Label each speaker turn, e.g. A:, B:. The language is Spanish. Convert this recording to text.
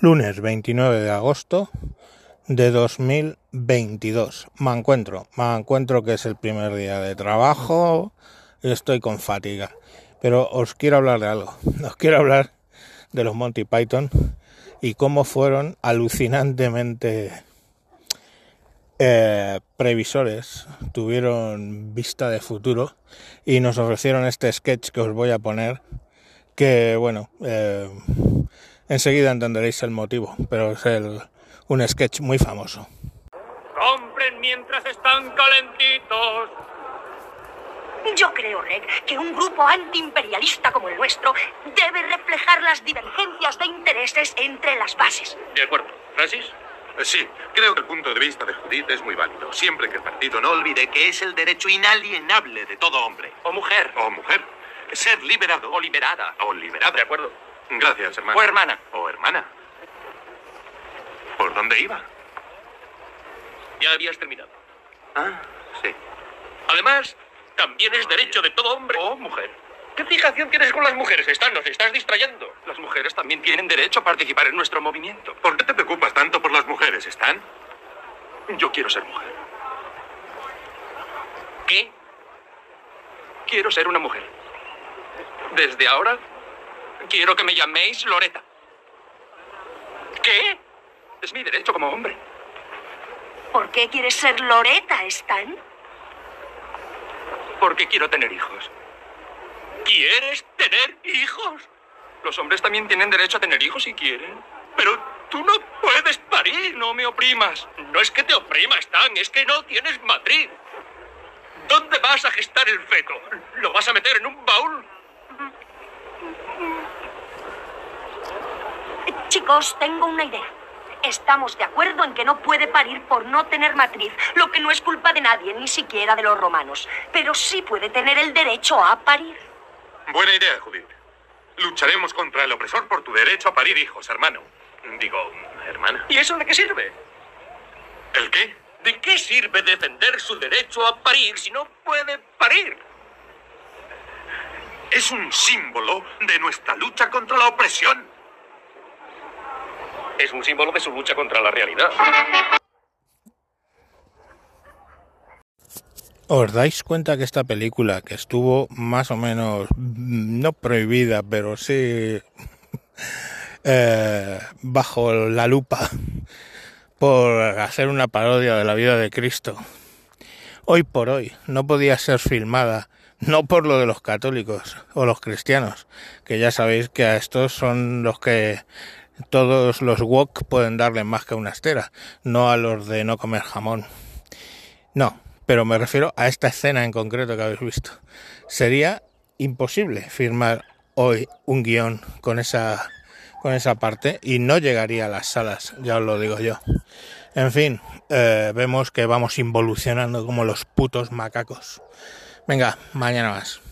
A: Lunes 29 de agosto de 2022. Me encuentro, me encuentro que es el primer día de trabajo y estoy con fatiga. Pero os quiero hablar de algo. Os quiero hablar de los Monty Python y cómo fueron alucinantemente eh, previsores, tuvieron vista de futuro y nos ofrecieron este sketch que os voy a poner. Que bueno. Eh, Enseguida entenderéis el motivo, pero es el, un sketch muy famoso.
B: Compren mientras están calentitos.
C: Yo creo, Rick, que un grupo antiimperialista como el nuestro debe reflejar las divergencias de intereses entre las bases.
B: De acuerdo. ¿Francis?
D: Eh, Sí, creo que el punto de vista de Judith es muy válido, siempre que el partido no olvide que es el derecho inalienable de todo hombre
B: ¿O mujer?
D: o mujer ser liberado
B: ¿O liberada?
D: o liberada.
B: De acuerdo.
D: Gracias, hermano.
B: ¿O hermana?
D: O hermana. ¿Por dónde iba?
B: Ya habías terminado.
D: Ah, sí.
B: Además, también es derecho de todo hombre. ¿O mujer? ¿Qué fijación tienes con las mujeres? Están, nos estás distrayendo. Las mujeres también tienen derecho a participar en nuestro movimiento.
D: ¿Por qué te preocupas tanto por las mujeres, Stan?
B: Yo quiero ser mujer. ¿Qué? Quiero ser una mujer. Desde ahora, quiero que me llaméis Loreta. ¿Qué? Es mi derecho como hombre.
C: ¿Por qué quieres ser Loreta, Stan?
B: Porque quiero tener hijos. ¿Quieres tener hijos? Los hombres también tienen derecho a tener hijos si quieren. Pero tú no puedes parir, no me oprimas. No es que te oprimas, Tan, es que no tienes matriz. ¿Dónde vas a gestar el feto? ¿Lo vas a meter en un baúl?
C: Chicos, tengo una idea. Estamos de acuerdo en que no puede parir por no tener matriz, lo que no es culpa de nadie, ni siquiera de los romanos. Pero sí puede tener el derecho a parir.
D: Buena idea, Judith. Lucharemos contra el opresor por tu derecho a parir hijos, hermano. Digo, hermana.
B: ¿Y eso de qué sirve?
D: ¿El qué?
B: ¿De qué sirve defender su derecho a parir si no puede parir?
D: Es un símbolo de nuestra lucha contra la opresión.
B: Es un símbolo de su lucha contra la realidad.
A: ¿Os dais cuenta que esta película, que estuvo más o menos, mm, no prohibida, pero sí eh, bajo la lupa por hacer una parodia de la vida de Cristo, hoy por hoy no podía ser filmada, no por lo de los católicos o los cristianos, que ya sabéis que a estos son los que todos los wok pueden darle más que una estera, no a los de no comer jamón. No, pero me refiero a esta escena en concreto que habéis visto. Sería imposible firmar hoy un guión con esa, con esa parte y no llegaría a las salas, ya os lo digo yo. En fin, eh, vemos que vamos involucionando como los putos macacos. Venga, mañana más.